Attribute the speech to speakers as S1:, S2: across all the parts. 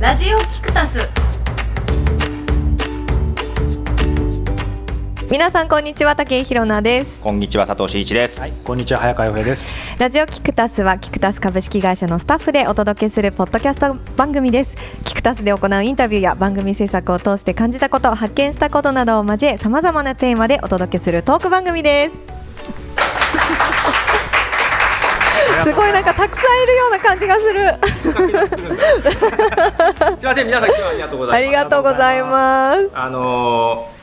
S1: ラジオキクタス
S2: 皆さんこんにちは竹井ひろなです
S3: こんにちは佐藤真一です、
S4: はい、こんにちは早川洋平です。
S2: ラジオキクタスはキクタス株式会社のスタッフでお届けするポッドキャスト番組ですキクタスで行うインタビューや番組制作を通して感じたこと発見したことなどを交え様々なテーマでお届けするトーク番組ですすごいなんかたくさんいるような感じがする
S3: すいません皆さん今日はありがとうござ
S2: あ
S3: い
S2: り
S3: ます
S2: がとうございます
S3: あのー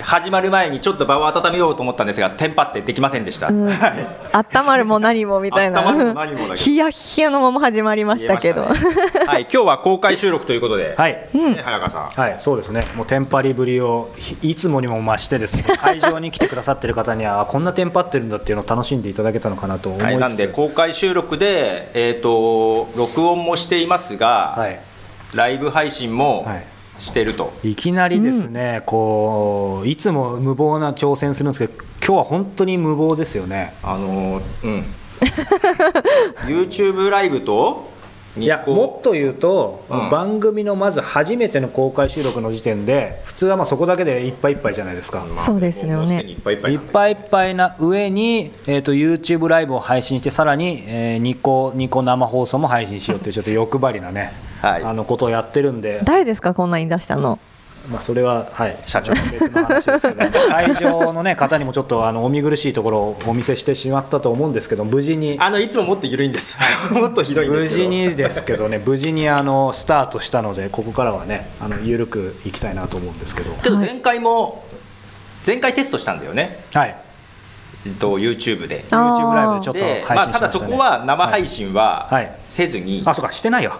S3: 始まる前にちょっと場を温めようと思ったんですがテンパってできませんでした、
S2: ん
S3: はい
S2: 温まるも何もみたいな
S3: 温まるも何もだけど
S2: ヒヤヒヤのまま始まりましたけど
S3: 言えました ねはい今日は公開収録ということで、
S4: はい。
S3: ね早川さん
S4: はい、そうですね。もうテンパりぶりをひいつもにも増してですね、 会場に来てくださってる方にはあこんなテンパってるんだっていうのを楽しんでいただけたのかなと思い
S3: はい、な
S4: ま
S3: ん
S4: す。
S3: で公開収録で、えー、と録音もしていますが、
S4: はい。
S3: ライブ配信も
S4: はい
S3: してると、
S4: いきなりですね、こういつも無謀な挑戦するんですけど、今日は本当に無謀ですよね。
S3: あのーうん YouTube ライブと
S4: いや
S3: 日光
S4: もっと言うと、
S3: うん
S4: 番組のまず初めての公開収録の時点で普通はまあそこだけでいっぱいいっぱいじゃないですか、
S3: まあ
S2: そうですよね
S3: もうすでにいっぱいいっぱい
S4: いっ
S3: なんで
S4: ぱいいっぱいな上に、えー、と YouTube ライブを配信してさらに、えーニコニコ生放送も配信しようっていうちょっと欲張りなね、
S3: はい
S4: あのことをやってるんで、
S2: 誰ですかこんなに出したの
S4: まあ、それは、はい、
S3: 社長
S4: 別の話ですけど会場の、ね、方にもちょっとあのお見苦しいところをお見せしてしまったと思うんですけど無事に
S3: あのいつももっと緩いんです。 もっとひどいんで
S4: 無
S3: すけど。
S4: 事にですけどね、無事にあのスタートしたので、ここからはね、あの緩くいきたいなと思うんですけど、
S3: けど前回も前回テストしたんだよね。
S4: はい、
S3: えっと YouTube で。
S2: あー
S4: YouTube ライブでちょっと
S3: で
S4: 配信しました、ね、
S3: まあただそこは生配信は
S4: はいはい
S3: せずに、
S4: あ、そうか、してないわ、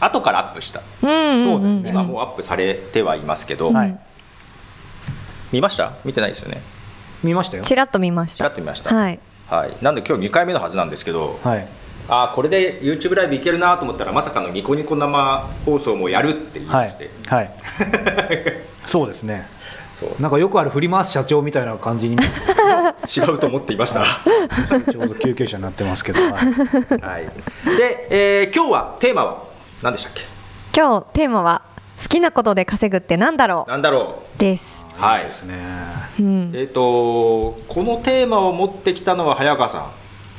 S3: 後からアップした。
S2: うんんん
S4: そうですね
S3: 今もうアップされてはいますけど、
S4: はい、
S3: 見ました？見てないですよね。
S4: 見ましたよ、
S2: ちらっと見まし
S3: ち
S2: た
S3: らっと見ました。
S2: はい。
S3: はい。なんで今日2回目のはずなんですけど、
S4: はい、
S3: あーこれで YouTube ライブいけるなと思ったらまさかのニコニコ生放送もやるって言い
S4: は
S3: ま
S4: い
S3: して、、
S4: はい、 そうですね、
S3: そう
S4: なんかよくある振り回す社長みたいな感じに、
S3: 違うと思っていました。
S4: ちょうど救急車になってますけど、はい
S3: はい。で、えー今日はテーマは何でしたっけ？
S2: 今日テーマは好きなことで稼ぐってなんだろ
S3: なんだろ
S2: うです。
S3: う。はい。
S4: ですね、
S2: うん。
S3: えっ、とこのテーマを持ってきたのは早川さ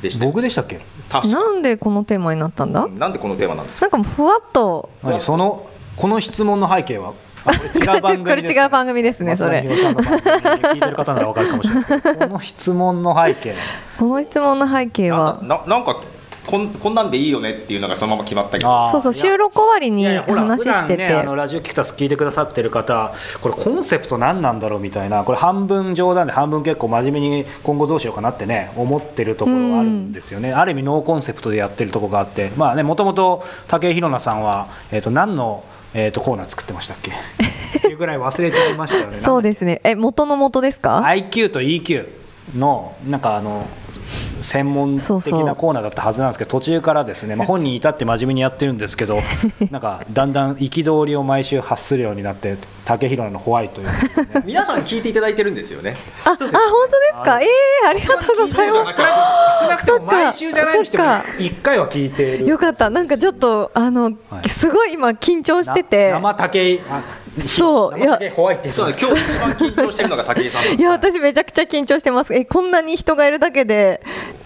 S3: んでした。
S4: 僕でしたっけ、
S3: 確か
S2: なんでこのテーマになったんだ？
S3: なんでこのテーマなんですか。
S2: なんかふわっと。
S4: 何そのこの質問の背景は、あこれ
S2: これ
S4: 違う番組です
S2: 違う番組ですね。それ。
S4: 松田博さんの番組聞いてる方ならわかるかもしれないですけど、この質問の背景。
S2: この質問の背景
S3: な
S2: は、
S3: ななんかこんこんなんでいいよねっていうのがそのまま決まったけど。
S2: そうそう収録終わりに話して
S4: 普段ね、あの
S2: て、
S4: ラジオキクタス聞いてくださってる方これコンセプト何なんだろうみたいなこれ半分冗談で半分結構真面目に今後どうしようかなってね思ってるところあるんですよね、ある意味ノーコンセプトでやってるところがあってまあねもともと武井宏奈さんは、えー、と何の、えー、とコーナー作ってましたっけっていうぐらい忘れちゃいましたよ ね
S2: そうですね。え元の元ですか？
S4: IQ と EQ のなんかあの専門
S2: そう
S4: 的
S2: そう
S4: なコーナーだったはずなんですけど途中からですね、まあ、本人至って真面目にやってるんです けどなんかだんだん憤りを毎週発するようになって竹広のホワイトよりもね
S3: 皆さん聞いていただいてるんですよね。
S2: ああ本当ですか？ええありがとうございます。
S4: 少なくとも毎週じゃないにしても
S2: そっか
S4: 1回は聞いている
S2: よかった。なんかちょっとあの
S4: はい
S2: すごい今緊張してて
S4: な、生竹井あ
S2: そうい
S4: 生
S2: や
S4: 竹井ホワイ ト
S3: そう今日一番緊張してるのが武井さんな ん
S2: い
S3: で。
S2: や私めちゃくちゃ緊張してますえこんなに人がいるだけで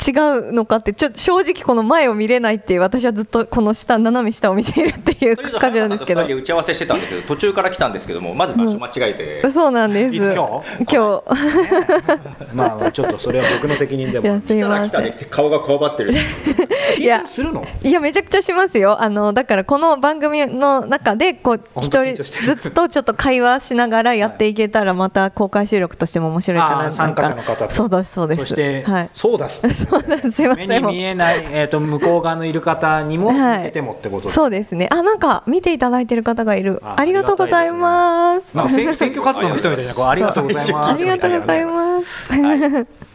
S2: 違うのかってちょっと正直この前を見れないっていう私はずっとこの下斜め下を見ているっていう
S3: という
S2: 感じなん ですけ
S3: 早川さんと二
S2: ど
S3: 人で打ち合わせしてたんですけど途中から来たんですけどもまず場所間違えて、
S2: そうなんです
S4: いつ今日
S2: 今日
S4: まあまあちょっとそれは僕の責任で
S2: い
S4: も
S2: やすい
S3: 来たら
S2: ま
S3: 来
S2: せ
S3: た
S2: ん
S3: で顔がこわばってる。
S2: いや
S4: 緊張するの
S2: いやめちゃくちゃしますよあのだからこの番組の中でこう
S4: 本
S2: 一
S4: 当
S2: 人
S4: 緊張してる
S2: ずつとちょっと会話しながらやっていけたらまた公開収録としても面白いかな
S4: あー参加者の方と
S2: そうですそうです
S4: そして、
S2: はい
S4: そうだっすね
S2: そうですすいませ
S4: 目
S2: ん
S4: に見えない、えー、と向こう側のいる方にも
S2: はい
S4: 見ててもってことです、
S2: そうですね。あ、なんか見ていただいてる方がいる。
S4: あ
S2: ありがとうございます。
S4: なん か選選挙活動の人みたいなこうありがとうございま
S2: あ
S4: す
S2: りがとうございます。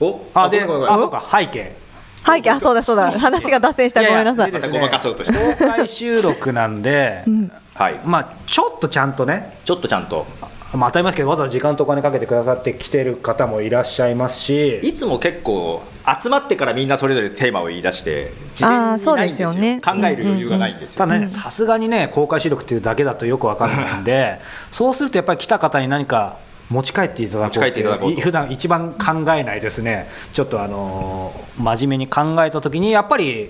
S3: お
S4: あで
S3: ごめんごめんごめん
S4: あそうか背景
S2: はい、あ、そうだそうだ。話が脱線した。ごめんなさい。
S4: ややでです
S3: またごまかそうとして
S4: 公開収録なんで、
S2: うん
S3: はい。
S4: まあちょっとちゃんとね
S3: ちょっとちゃんと
S4: まあ、当たり前ですけどわざわざ時間とお金かけてくださって来てる方もいらっしゃいますし
S3: いつも結構集まってからみんなそれぞれテーマを言い出して事前にないんですよ
S2: あーそうですよね
S3: 考える余裕がないんですよ、
S4: ただ
S2: う
S4: ね
S2: ん
S4: さすがにね公開収録っていうだけだとよくわからない んでそうするとやっぱり来た方に何か持ち帰っていただこう
S3: 持ち帰っていただこうと
S4: い普段一番考えないですねちょっとあのー真面目に考えた時にやっぱり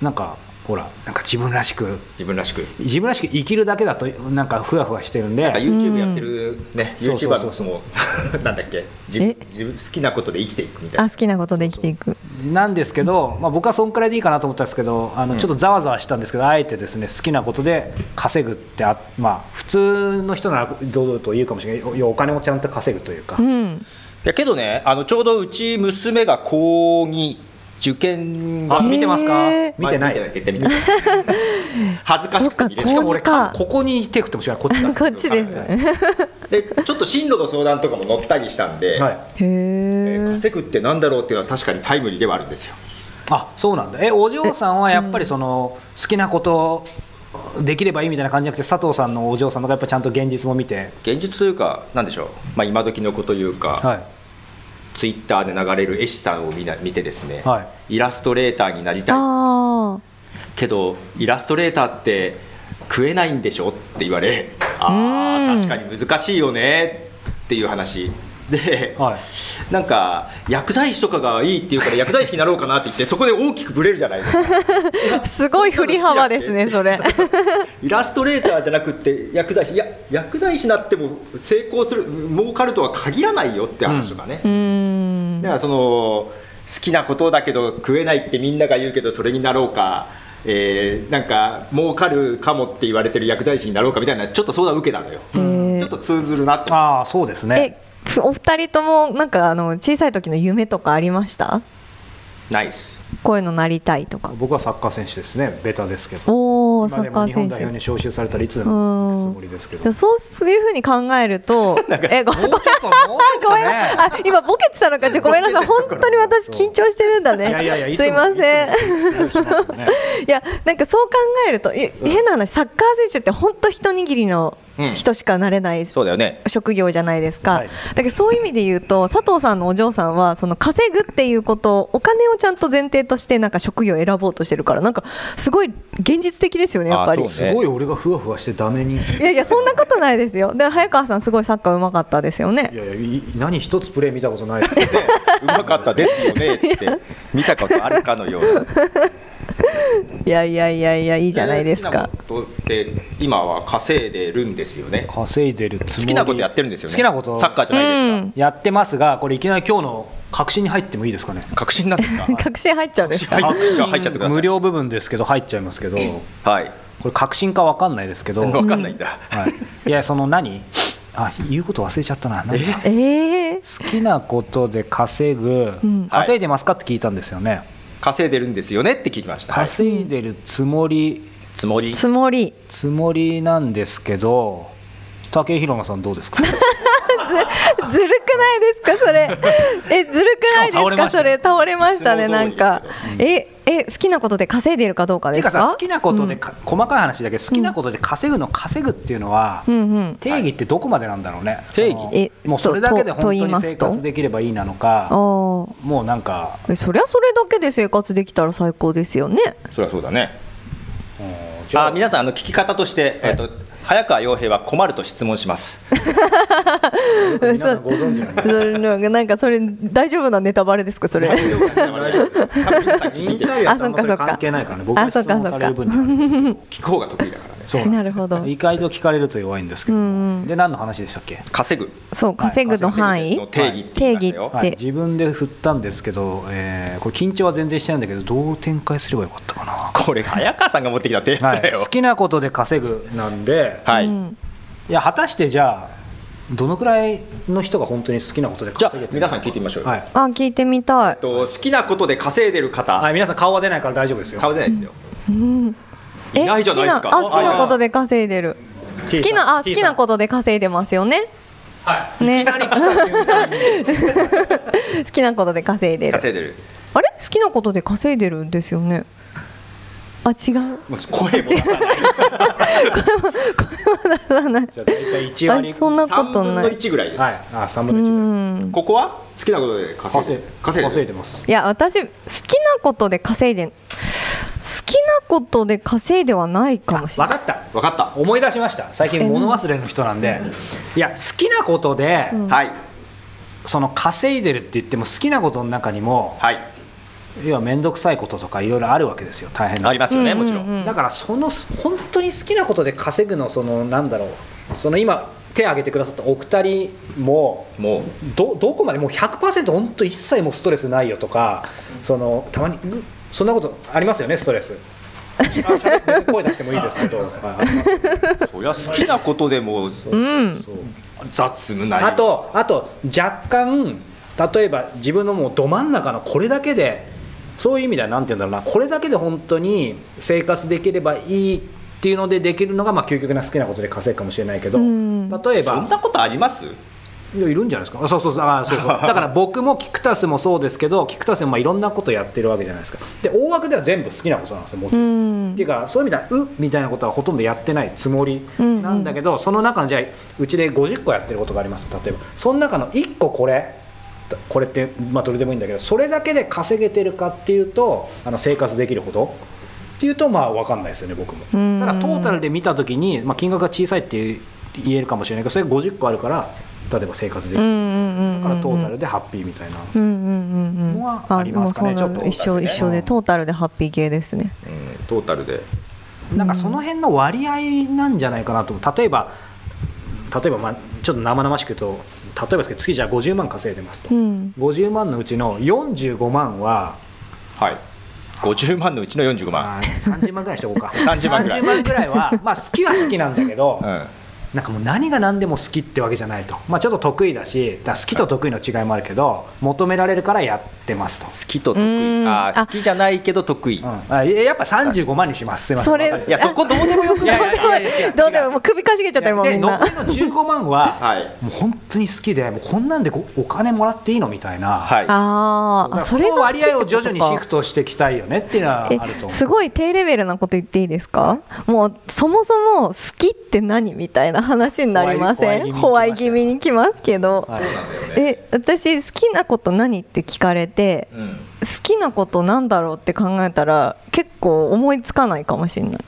S4: なんかほらなんか自分らしく
S3: 自分らしく
S4: 自分らしく生きるだけだとなんかふわふわしてるんで
S3: なんか YouTube やってるね、
S4: そうそう
S3: YouTuber
S4: そ
S3: の
S4: うそ
S3: 人
S4: う
S3: も なんだっけ自
S2: え
S3: 分自分好きなことで生きていくみたい
S2: あ
S3: な
S2: 好きなことで生きていく
S4: なんですけど、まあ、僕はそんくらいでいいかなと思ったんですけどあのちょっとざわざわしたんですけど、あえてですね好きなことで稼ぐってあ、まあ、普通の人なら堂々と言うかもしれないおお金もちゃんと稼ぐというか、
S2: うん
S3: いやけどねあのちょうどうち娘が高2受験
S4: あ
S3: が
S4: 見てますか、
S2: へー
S4: 見てない,、
S3: あ絶対見てない 恥ずかしくて見れない
S2: そっ高
S4: しかも
S2: 二
S4: 俺
S2: か
S4: かここに手振ってもしないこっちだ
S2: こっちですね
S3: でちょっと進路の相談とかも乗ったりしたんで、
S4: はい、
S2: へ
S3: え
S2: え
S3: ー稼ぐってなんだろうっていうのは確かにタイムリーではあるんですよ
S4: あそうなんだえお嬢さんはやっぱりその好きなことできればいいみたいな感じじゃなくて佐藤さんのお嬢さんの方がやっぱちゃんと現実も見て
S3: 現実というかなんでしょう、まあ、今時のことというか、
S4: はい
S3: ツイッターで流れる絵師さんを見な見てですね、
S4: は
S3: イラストレーターになりたい
S2: あ
S3: けどイラストレーターって食えないんでしょって言われあ
S2: う
S3: あ
S2: ん
S3: 確かに難しいよねっていう話で、
S4: はい
S3: なんか薬剤師とかがいいって言うから薬剤師になろうかなって言ってそこで大きくぶれるじゃないですか
S2: あすごい振り幅ですねそれ
S3: イラストレーターじゃなくって薬剤師いや薬剤師になっても成功する儲かるとは限らないよって話とかね、
S2: うん
S3: だからその好きなことだけど食えないってみんなが言うけどそれになろうか、えーなんか儲かるかもって言われてる薬剤師になろうかみたいなちょっと相談受けたのよ、
S2: ー
S3: ちょっと通ずるなって
S4: ああそうですね
S2: えふお二人ともなんかあの小さい時の夢とかありました
S3: ナイス
S2: こういうのなりたいとか
S4: 僕はサッカー選手ですねベタですけど
S2: おおサ
S4: まあで
S2: ッカ
S4: も日本
S2: ー
S4: 代
S2: 選
S4: 表
S2: 手
S4: に招集されたらいつでも行くつもりですけど。
S2: でもそうそういうふうに考えるとえご
S4: もうちょっと、もうちょっと
S2: ごめんなさい
S4: ね。
S2: あ今ボケてたの かちょごめんなさい本当に私緊張してるんだね
S4: いやいやいや、い
S2: す
S4: つも
S2: いません
S4: いつもそうしますよね
S2: いやなんかそう考えるとえ変な話サッカー選手って本当一握りの
S3: うん
S2: 人しかなれない
S3: そうだよね
S2: 職業じゃないですか、
S4: はい
S2: だけどそういう意味で言うと佐藤さんのお嬢さんはその稼ぐっていうことをお金をちゃんと前提としてなんか職業を選ぼうとしてるからなんかすごい現実的ですよねやっぱり
S3: あ。そう
S4: すごい俺がふわふわしてダメに。い
S2: いやいやそんなことないですよ。で早川さんすごいサッカーうまかったですよね。
S4: やいや、い何一つプレー見たことないです よね。
S3: うまかったですよねって見たことあるかの ようない
S2: やいやいやいやいい
S3: い
S2: じゃないですか。
S3: 好きなことって今は稼いでるんですよね好
S4: 稼いでるつもり。
S3: きなことやってるんですよね
S4: 好きなこと
S3: サッカーじゃないですか、
S2: うん
S4: やってますが、これいきなり今日の確信に入ってもいいですかね。
S3: 確信なんですか
S2: 確信入っちゃうんですか。
S3: はいじゃあ入っちゃってください
S4: 無料部分ですけど、入っちゃいますけど。
S3: はい
S4: これ確信かわかんないですけど。は
S3: 分かんないんだ、
S4: い。いや、その何。あ、言うこと忘れちゃったな。なんだ
S3: え
S2: ええ
S4: 好きなことで稼ぐ、
S2: うん
S4: 稼いでますかって聞いたんですよね、
S3: 稼いでるんですよねって聞きました、はい、
S4: 稼いでるつもり
S3: つもり
S2: つもり。
S4: つもりなんですけど武井宏奈さんど うですか
S2: ずるくないですかそ れ。えずるくない
S4: しかも倒
S2: です
S4: れま
S2: か
S4: した
S2: それ倒れましたね
S3: いつも
S2: な
S3: 通り
S2: んか
S3: で。
S2: ええ好きなことで稼いでるかどうかで
S4: ていう
S2: す
S4: かさ
S2: か
S4: 好。きなことでか、細かい話だけど好きなことで稼ぐの稼ぐっていうのは、
S2: うんうん。
S4: 定義ってどこまでなんだろうね、
S3: 定義
S4: その
S2: え
S4: もうそれだけで
S2: そうと
S4: 本当
S2: と言いま
S4: に
S2: す
S4: 生
S2: と
S4: 活できればいいなの
S2: ああ
S4: かもうなんか、
S2: ー。えそりゃそれだけで生活できたら最高ですよね。
S3: そりゃそうだね
S4: うんじゃ
S3: あ
S4: あ
S3: 皆さんあの聞き方として、
S4: はい
S3: えっと早川洋平は困ると質問します
S4: よく皆さんご存知なんで
S2: それなんかそれ大丈夫なネタバレですか それ。
S3: 大丈夫です多分皆さん気
S4: イ
S3: づい
S4: ン
S3: てる
S4: タビューは
S2: あそっか
S4: 多分それ
S2: そっか
S4: 関係ないからね僕が
S2: あそっ
S4: 質
S2: か
S4: 問される分にはあれですけど
S3: 聞く方が得意だからね
S4: そう
S2: なん
S4: で
S2: る
S4: す
S2: ほど
S4: 意外と聞かれると弱いんですけど、
S2: うんうん
S4: で何の話でしたっけ
S3: 稼ぐ
S2: そう稼ぐの範囲。
S3: の定義って言いましたよ、
S2: 定
S4: はい、
S2: で
S4: 自分で振ったんですけど、えーこれ緊張は全然してないんだけどどう展開すればよかったかな、
S3: これ早川さんが持ってきた提
S4: は
S3: 案だ
S4: い、
S3: よ
S4: 好きなことで稼ぐなんで、
S3: はい、
S2: うん
S4: い、や果たしてじゃあどのくらいの人が本当に好きなことで
S3: じゃあ
S4: 稼げてる
S3: 皆さん聞いてみましょうよ、
S4: は
S3: え
S4: い、
S2: あ聞いてみたい
S3: っ。と好きなことで稼いでる方、
S4: はい、皆さん顔は出ないから大丈夫ですよ
S3: 顔じゃないですよ、
S2: うん
S3: いないじゃないですか
S2: 好きなあ好きなこと
S3: で
S2: で稼いでる。好
S4: T
S2: き
S4: さん
S2: なあ好
S4: T
S2: き
S4: さ
S2: なんことで稼いでますよね。
S4: はい
S2: ね。 好きなことで稼いでる。
S3: 稼いでる
S2: あれ好きなことで稼いでるんですよね。あ違う
S3: もう声も出さない
S4: じゃあ大体1割
S2: あそんな
S3: 3
S2: こと
S3: 分
S2: な
S3: の
S2: い
S3: 1ぐらいです、
S4: はいあ3
S2: う
S4: 分の1ぐらい
S2: ん
S3: ここは好きなことで稼いで
S4: 稼い
S3: 稼いで
S4: 稼いでます
S2: いや私好きなことで稼いでん好きなことで稼いではないかもしれ
S4: 分
S2: ない
S4: かった
S3: 分かった、
S4: 思い出しました最
S2: え
S4: 近物忘れの人なんでいや好きなことで、
S2: うん
S3: はい
S4: その稼いでるって言っても好きなことの中にも
S3: はい
S4: 要は面倒くさいこととかいろいろあるわけですよ大変な
S3: ありますよねもちろん,、
S2: ううう
S4: だからその本当に好きなことで稼ぐのそのなんだろうその今手挙げてくださったお二人も
S3: もう
S4: どどこまでもう100%本当一切もうストレスないよとかそのたまにうそんなことありますよねスト レス。あ喋別に声出してもいいですけど、はいあります
S3: そりゃ好きなことでも
S2: うん
S4: そう
S3: 雑務ない
S4: あとあと若干例えば自分のもうど真ん中のこれだけでそういう意味ではなんて言うんだろうなこれだけで本当に生活できればいいっていうのでできるのがまあ究極な好きなことで稼ぐかもしれないけど、
S2: うん
S4: 例え
S3: そ
S4: ば
S3: んなことあります
S4: いやいるんじゃないですかあそうそうそうあそうそうだから僕もキクタスもそうですけどキクタスもまあいろんなことやってるわけじゃないですかで大枠では全部好きなことなんですよもち
S2: う
S4: ろん。
S2: ん
S4: っていうかそういう意味では「う」みたいなことはほとんどやってないつもりなんだけど、その中のじゃあうちで50個やってることがあります例えばその中の1個これこれって、まあ、どれでもいいんだけどそれだけで稼げてるかっていうとあの生活できるほどっていうとまあ分かんないですよね僕も。
S2: うん
S4: ただトータルで見た時に、まあ、金額が小さいって言えるかもしれないけどそれ50個あるから例えば生活でき
S2: うんう
S4: る、
S2: んうんうんうん
S4: だからトータルでハッピーみたいな。
S2: うんうんうんうん
S4: のはありますかね
S2: あでもそうなの
S4: ちょっと
S2: 一緒一緒
S4: う
S2: で
S4: ん
S2: トータルでハッピー系ですね
S3: うんトータルで
S4: なんかその辺の割合なんじゃないかなと思う例えば例えばまあちょっと生々しく言うと例えばですけど月じゃあ50万稼いでますと、
S2: うん
S4: 50万のうちの45万は、
S3: はい50万のうちの45
S4: ま
S3: 万
S4: あ、30万ぐらいにしてお こうか
S3: 30万ぐらい
S4: 30万ぐらいは、まあ、好きは好きなんだけど、
S3: うん
S4: なんかもう何が何でも好きってわけじゃないと、まあ、ちょっと得意だしだから好きと得意の違いもあるけど求められるからやってますと
S3: 好、きと得
S2: う
S3: 意
S2: ん
S3: あー
S2: あ
S3: 好きじゃないけど得意、
S4: うんあいややっぱ35万にしますすいません
S2: それ
S4: わか
S3: いやそこどうでもよく
S4: い
S3: ない
S4: や
S3: です
S4: い
S3: か
S4: やいや違う違う
S2: どうでももう首かしげちゃった今み
S4: で
S2: んな
S4: 残りの15万 は、
S3: はい
S4: もう本当に好きでもうこんなんでごお金もらっていいのみたいな、
S3: はい
S2: あーあそれ
S4: の
S2: が好きっ
S4: 割
S2: て
S4: 合
S2: こ
S4: を徐
S2: と
S4: 々にシフ
S2: か
S4: トしていきたいよねっていうのはあると
S2: え
S4: 思
S2: すごい低レベルなこと言っていいですかもうそもそも好きって何みたいな話になりませんホワ
S4: ホワ
S2: イ
S4: イ
S2: 気
S4: 気
S2: 味
S4: 味
S2: に来ますけど
S4: う、はい
S2: え私好きなこと何って聞かれて
S3: うん
S2: 好きなことなんだろうって考えたら結構思いつかないかもしれない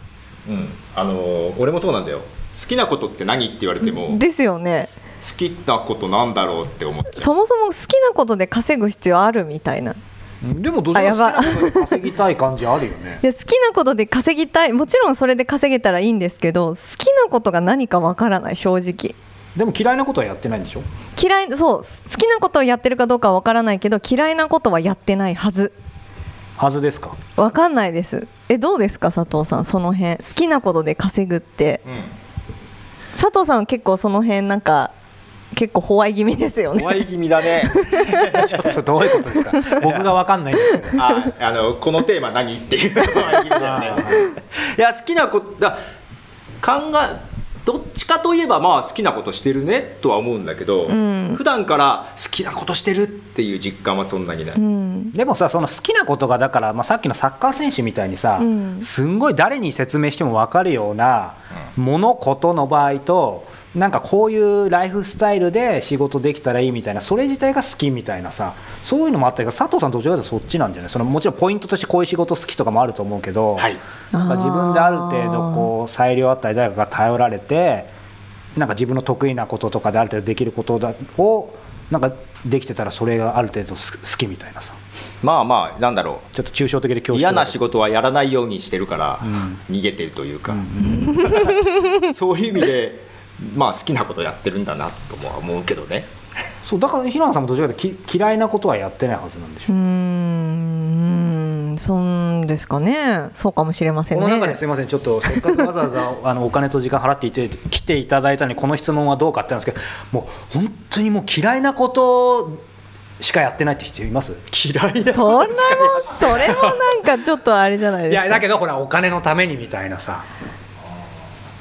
S3: うんあのー俺もそうなんだよ好きなことって何って言われても好
S2: ですよね
S3: きなことなんだろうって思っちゃう
S2: そもそも好きなことで稼ぐ必要あるみたいな
S4: でもどうせ
S2: あやば
S4: 稼ぎたい感じあるよね
S2: いや好きなことで稼ぎたいもちろんそれで稼げたらいいんですけど好きなことが何かわからない正直
S4: でも嫌いなことはやってないんでしょ
S2: 嫌いそう好きなことをやってるかどうかはわからないけど嫌いなことはやってないはず
S4: はずですか
S2: わかんないですえどうですか佐藤さんその辺好きなことで稼ぐって
S3: うん
S2: 佐藤さんは結構その辺なんか結構ホワイ気味ですよね
S3: 怖い気味だね
S4: ちょっとどういうことですか僕がわかんないんですけ ど
S3: ああのこのテーマ何っていう怖い気味だよねいや好きなことだ考えどっちかといえばまあ好きなことしてるねとは思うんだけど、
S2: ん
S3: 普段から好きなことしてるっていう実感はそんなにない、
S2: うん
S4: でもさその好きなことがだから、まあ、さっきのサッカー選手みたいにさ、
S2: うん
S4: すんごい誰に説明しても分かるようなものことの場合となんかこういうライフスタイルで仕事できたらいいみたいなそれ自体が好きみたいなさそういうのもあったけど佐藤さんどちらかというとそっちなんじゃないそのもちろんポイントとしてこういう仕事好きとかもあると思うけど、
S3: はい
S4: なんか自分である程度こう裁量あったり誰かが頼られてなんか自分の得意なこととかである程度できることだをなんかできてたらそれがある程度す好きみたいなさ。
S3: まあまあなんだろ
S4: ちょっと抽象的で恐
S3: う
S4: 縮
S3: 嫌な仕
S4: 事
S3: 事はやらないようにしてるから、
S4: うん
S3: 逃げてるというか、 そういう意味でまあ好きなことやってるんだなとも思うけどね
S4: そうだから平野さんもどちらかというとき嫌いなことはやってないはずなんでし
S2: う
S4: ょ
S2: ーんうーんそんですかねそうかもしれません
S4: こ
S2: ね
S4: の中ですいませんちょっとせっかくわざわざあのお金と時間払っていて来ていただいたのにこの質問はどうかってなんですけどもう本当にもう嫌いなことしかやってないって人います
S3: 嫌いだ
S2: そんなもんそれもなんかちょっとあれじゃない
S4: い
S2: ですか
S4: やだけどほらお金のためにみたいなさ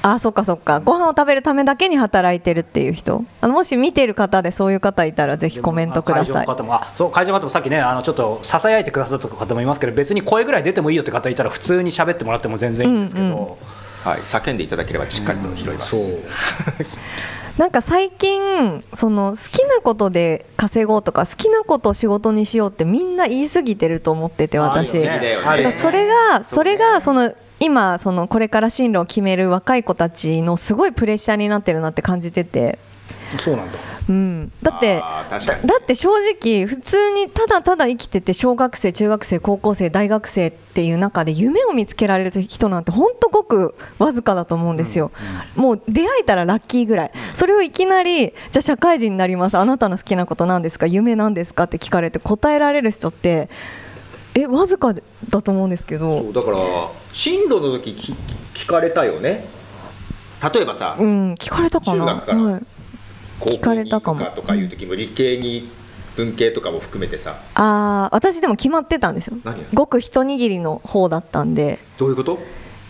S2: あそっかそっかご飯を食べるためだけに働いてるっていう人あのもし見てる方でそういう方いたらぜひコメントくださ
S4: 会
S2: い
S4: 場の方もあそう会場の方もさっきねあのちょっとささやいてくださった方もいますけど別に声ぐらい出てもいいよって方いたら普通に喋ってもらっても全然いいんですけど、
S2: うんうん
S3: はい、叫んでいただければしっかりと拾います、
S4: そう
S2: なんか最近その好きなことで稼ごうとか好きなことを仕事にしようってみんな言い過ぎてると思ってて私
S3: 言い過ぎだよね
S4: ある
S2: だか
S4: よ
S2: らそれが、それがその今そのこれから進路を決める若い子たちのすごいプレッシャーになってるなって感じてて、
S4: そうなんだ
S2: うん、だって
S3: あー確
S2: だ
S3: かに
S2: だって正直普通にただただ生きてて小学生中学生高校生大学生っていう中で夢を見つけられる人なんてほんとごくわずかだと思うんですよ、もう出会えたらラッキーぐらいそれをいきなりじゃあ社会人になりますあなたの好きなことなんですか夢なんですかって聞かれて答えられる人ってえわずかだと思うんですけど
S3: そうだから進路の時き聞かれたよね例えばさ、
S2: うん、聞かれたかな。
S3: 中学から
S2: はい、
S3: 高校に
S2: 聞かれたかも
S3: 行くとかいう時も理系に文系とかも含めてさ
S2: ああ、私でも決まってたんですよ
S3: 何。
S2: ごく一握りの方だったんで、
S3: どういうこと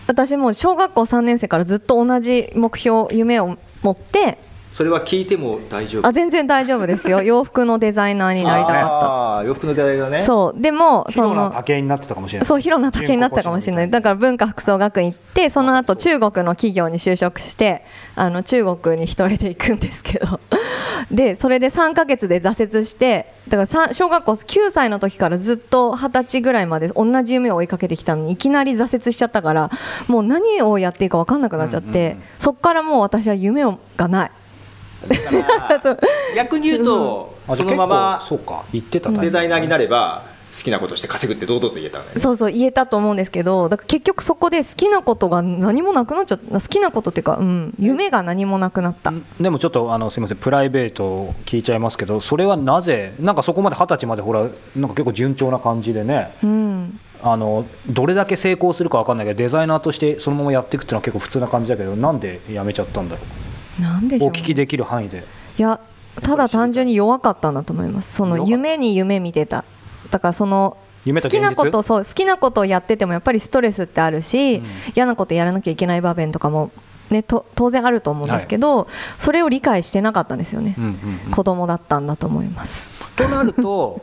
S2: 私もう小学校3年生からずっと同じ目標、夢を持って、
S3: それは聞いても大丈夫
S2: あ全然大丈夫ですよ。洋服のデザイナーになりたか
S3: ああ洋服の時代だ
S2: った。
S3: ね
S2: そう、でもそ
S4: そうな
S2: の
S4: 家計になってたかもしれない
S2: そう広野武になったかもしれない。だから文化服装学院行って、その後中国の企業に就職して、あの中国に一人で行くんですけ ど。でそれで3ヶ月で挫折してだからさ小学校9歳の時からずっと20歳ぐらいまで同じ夢を追いかけてきたのにいきなり挫折しちゃったからもう何をやっていいか分かんなくなっちゃって、
S4: うんうんうん
S2: そっからもう私は夢をがない
S3: だか ら
S2: そう
S3: 逆に言うと、
S4: あじ
S3: そ
S4: ゃあ
S3: のまま
S4: 結構そうか言ってた
S3: デザイナーにな
S4: る
S3: れば好きなことして稼ぐって堂々と言えたのね
S2: そうそう言えたと思うんですけどだから結局そこで好きなことが何もなくなっちゃった好きなことっていうか、うん、夢が何もなくなった。
S4: でもちょっとあのすみませんプライベートを聞いちゃいますけどそれはなぜなんかそこまで二十歳までほらなんか結構順調な感じでね
S2: うん
S4: あのどれだけ成功するかわかんないけどデザイナーとしてそのままやっていくっていうのは結構普通な感じだけどなんでやめちゃったんだろ
S2: なんでし
S4: う
S2: ょ
S4: お
S2: うね
S4: 聞きできる範囲で
S2: いやただ単純に弱かったんだと思いますそ
S4: 弱
S2: の
S4: かった
S2: 夢に夢見てただからその
S4: 夢と
S2: 好き
S4: 現
S2: な
S4: 実
S2: ことそう好きなことをやっててもやっぱりストレスってあるし、
S4: うん
S2: 嫌なことやらなきゃいけない場面とかも、ね、と当然あると思うんですけど、それを理解してなかったんですよね、
S4: うんうんうん
S2: 子供だったんだと思います、
S4: となると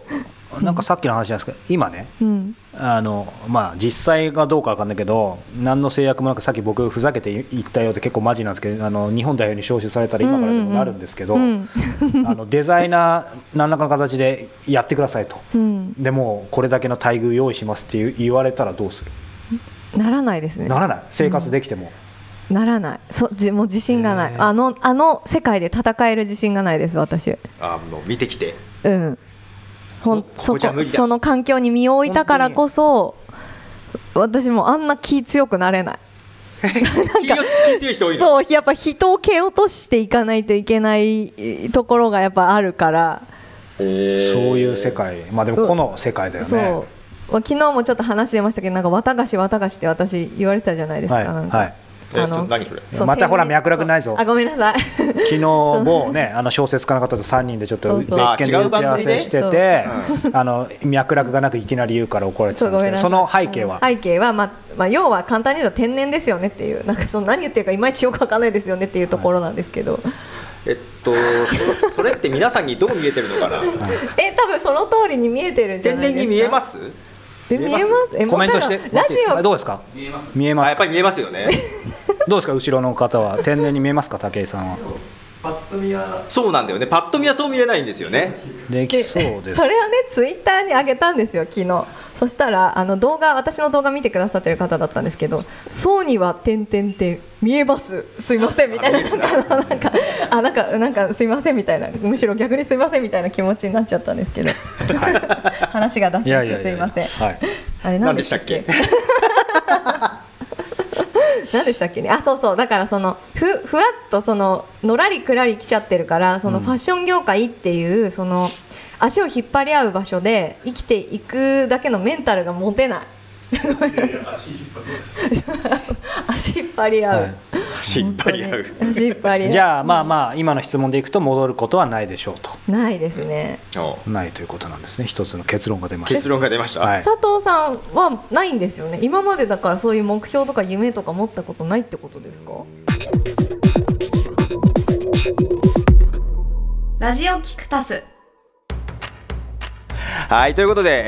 S4: なんかさっきの話なんですけど今ね
S2: うん、
S4: あのまあ、実際がどうかわかんないけど何の制約もなくさっき僕ふざけて言ったよって結構マジなんですけどあの日本代表に招集されたら今からでもなるんですけど、
S2: うんうん
S4: あのデザイナー何らかの形でやってくださいと
S2: うん
S4: でもうこれだけの待遇用意しますっていう言われたらどうする
S2: ならないですね
S4: ならない生活できても、
S2: ならないそじもう自信がない、
S4: へー
S2: あのあの世界で戦える自信がないです私
S3: あもう見てきて
S2: うん、ほん
S3: こ
S2: そ
S3: こじゃ
S2: こ
S3: 無理だ
S2: その環境に身を置いたからこそ私もあんな気強くなれない
S3: 気が気強い人多いの
S2: そうやっぱ人を蹴落としていかないといけないえところがやっぱあるから、
S3: そう
S4: そういう世界まあでもこの世界だよ
S2: そう、
S4: ね、
S2: まあ、昨日もちょっと話出ましたけどなんか綿菓子綿菓子って私言われてたじゃないですか,、
S4: はい
S2: なんか
S4: はい
S2: あ
S3: え
S2: の
S3: そ何それ
S2: そう
S4: またほら
S2: 丁寧に
S4: 脈絡ないぞ
S2: そうあごめんな さい
S4: 昨日もねあの小説家の方と3人でちょっと
S2: そう
S4: 別
S2: そう
S4: 件で打ち合わせして
S2: あ違う番組
S4: て
S2: で
S4: あの脈絡がなくいきなり言うから怒られて
S2: そ
S4: た
S2: うん
S4: で
S2: ご
S4: す
S2: め
S4: け
S2: んな
S4: ど
S2: さい
S4: その背景は
S2: 背景は、まあまあ、要は簡単に言うと天然ですよねっていうなんかその何言ってるかいまいちよくわかんないですよねっていうところなんですけど、
S3: えっとそそれって皆さんにどう見えてるのかな
S2: え多分その通りに見えてるんじゃ
S3: 天
S2: ないです
S3: 然
S2: か
S3: に見えます
S2: え見えますえ
S4: コメントして
S2: もう
S4: もら
S2: ラ
S4: っ
S2: ジ
S4: ていいですか
S2: オ
S4: どうですか見えま
S3: あ
S4: す
S3: やっぱり見えますよね
S4: どうですか後ろの方は天然に見えますか武井さんは
S3: そうなんだよねパッと見はそう見えないんですよね
S4: できそうです
S2: それをねツイッターに上げたんですよ昨日そしたらあの動画私の動画見てくださってる方だったんですけど「ソーには点々点見えますすいません」みたいななんかなんかあなんかなんかすいませんみたいなむしろ逆にすいませんみたいな気持ちになっちゃったんですけど話が脱 線してすいません
S4: はい、
S2: あれ何
S3: 何
S2: で
S3: で
S2: し
S3: したた
S2: っ
S3: っ
S2: け
S3: け
S2: 何でしたっけねあそうそうだからそのふふわっとそののらりくらり来ちゃってるからその
S4: うん
S2: ファッション業界っていうその足を引っ張り合う場所で生きていくだけのメンタルが持てない足引っ張り合う、
S4: はい
S3: 引っ張り合う
S2: 本当に足引っ張り合う
S4: じゃあまあまあ今の質問でいくと戻ることはないでしょうと
S2: ないですね
S3: お
S4: ないということなんですね一つの結論が出まし
S3: 結論が出ました
S4: た、はい、
S2: 佐藤さんはないんですよね今までだからそういう目標とか夢とか持ったことないってことですかラジオキクタス
S3: はいということで、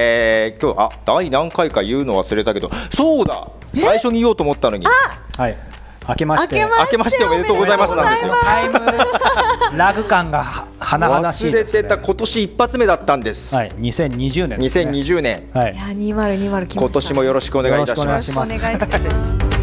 S3: えー、今日あ第何回か言うの忘れたけどそうだ最初に言おうと思ったのに
S4: はい明けまして
S2: 明けま
S3: 明けましておめでとうございますなんですよ
S4: タイムラグ感がは甚だしい
S3: 忘れ
S4: です、
S3: て
S4: ね、
S3: た今年一発目だったんです、
S4: はい2020年です、ね、
S3: 2020年
S4: はい
S2: いや2020来ました
S3: 今年もよろしくお願いいたします
S2: お願いします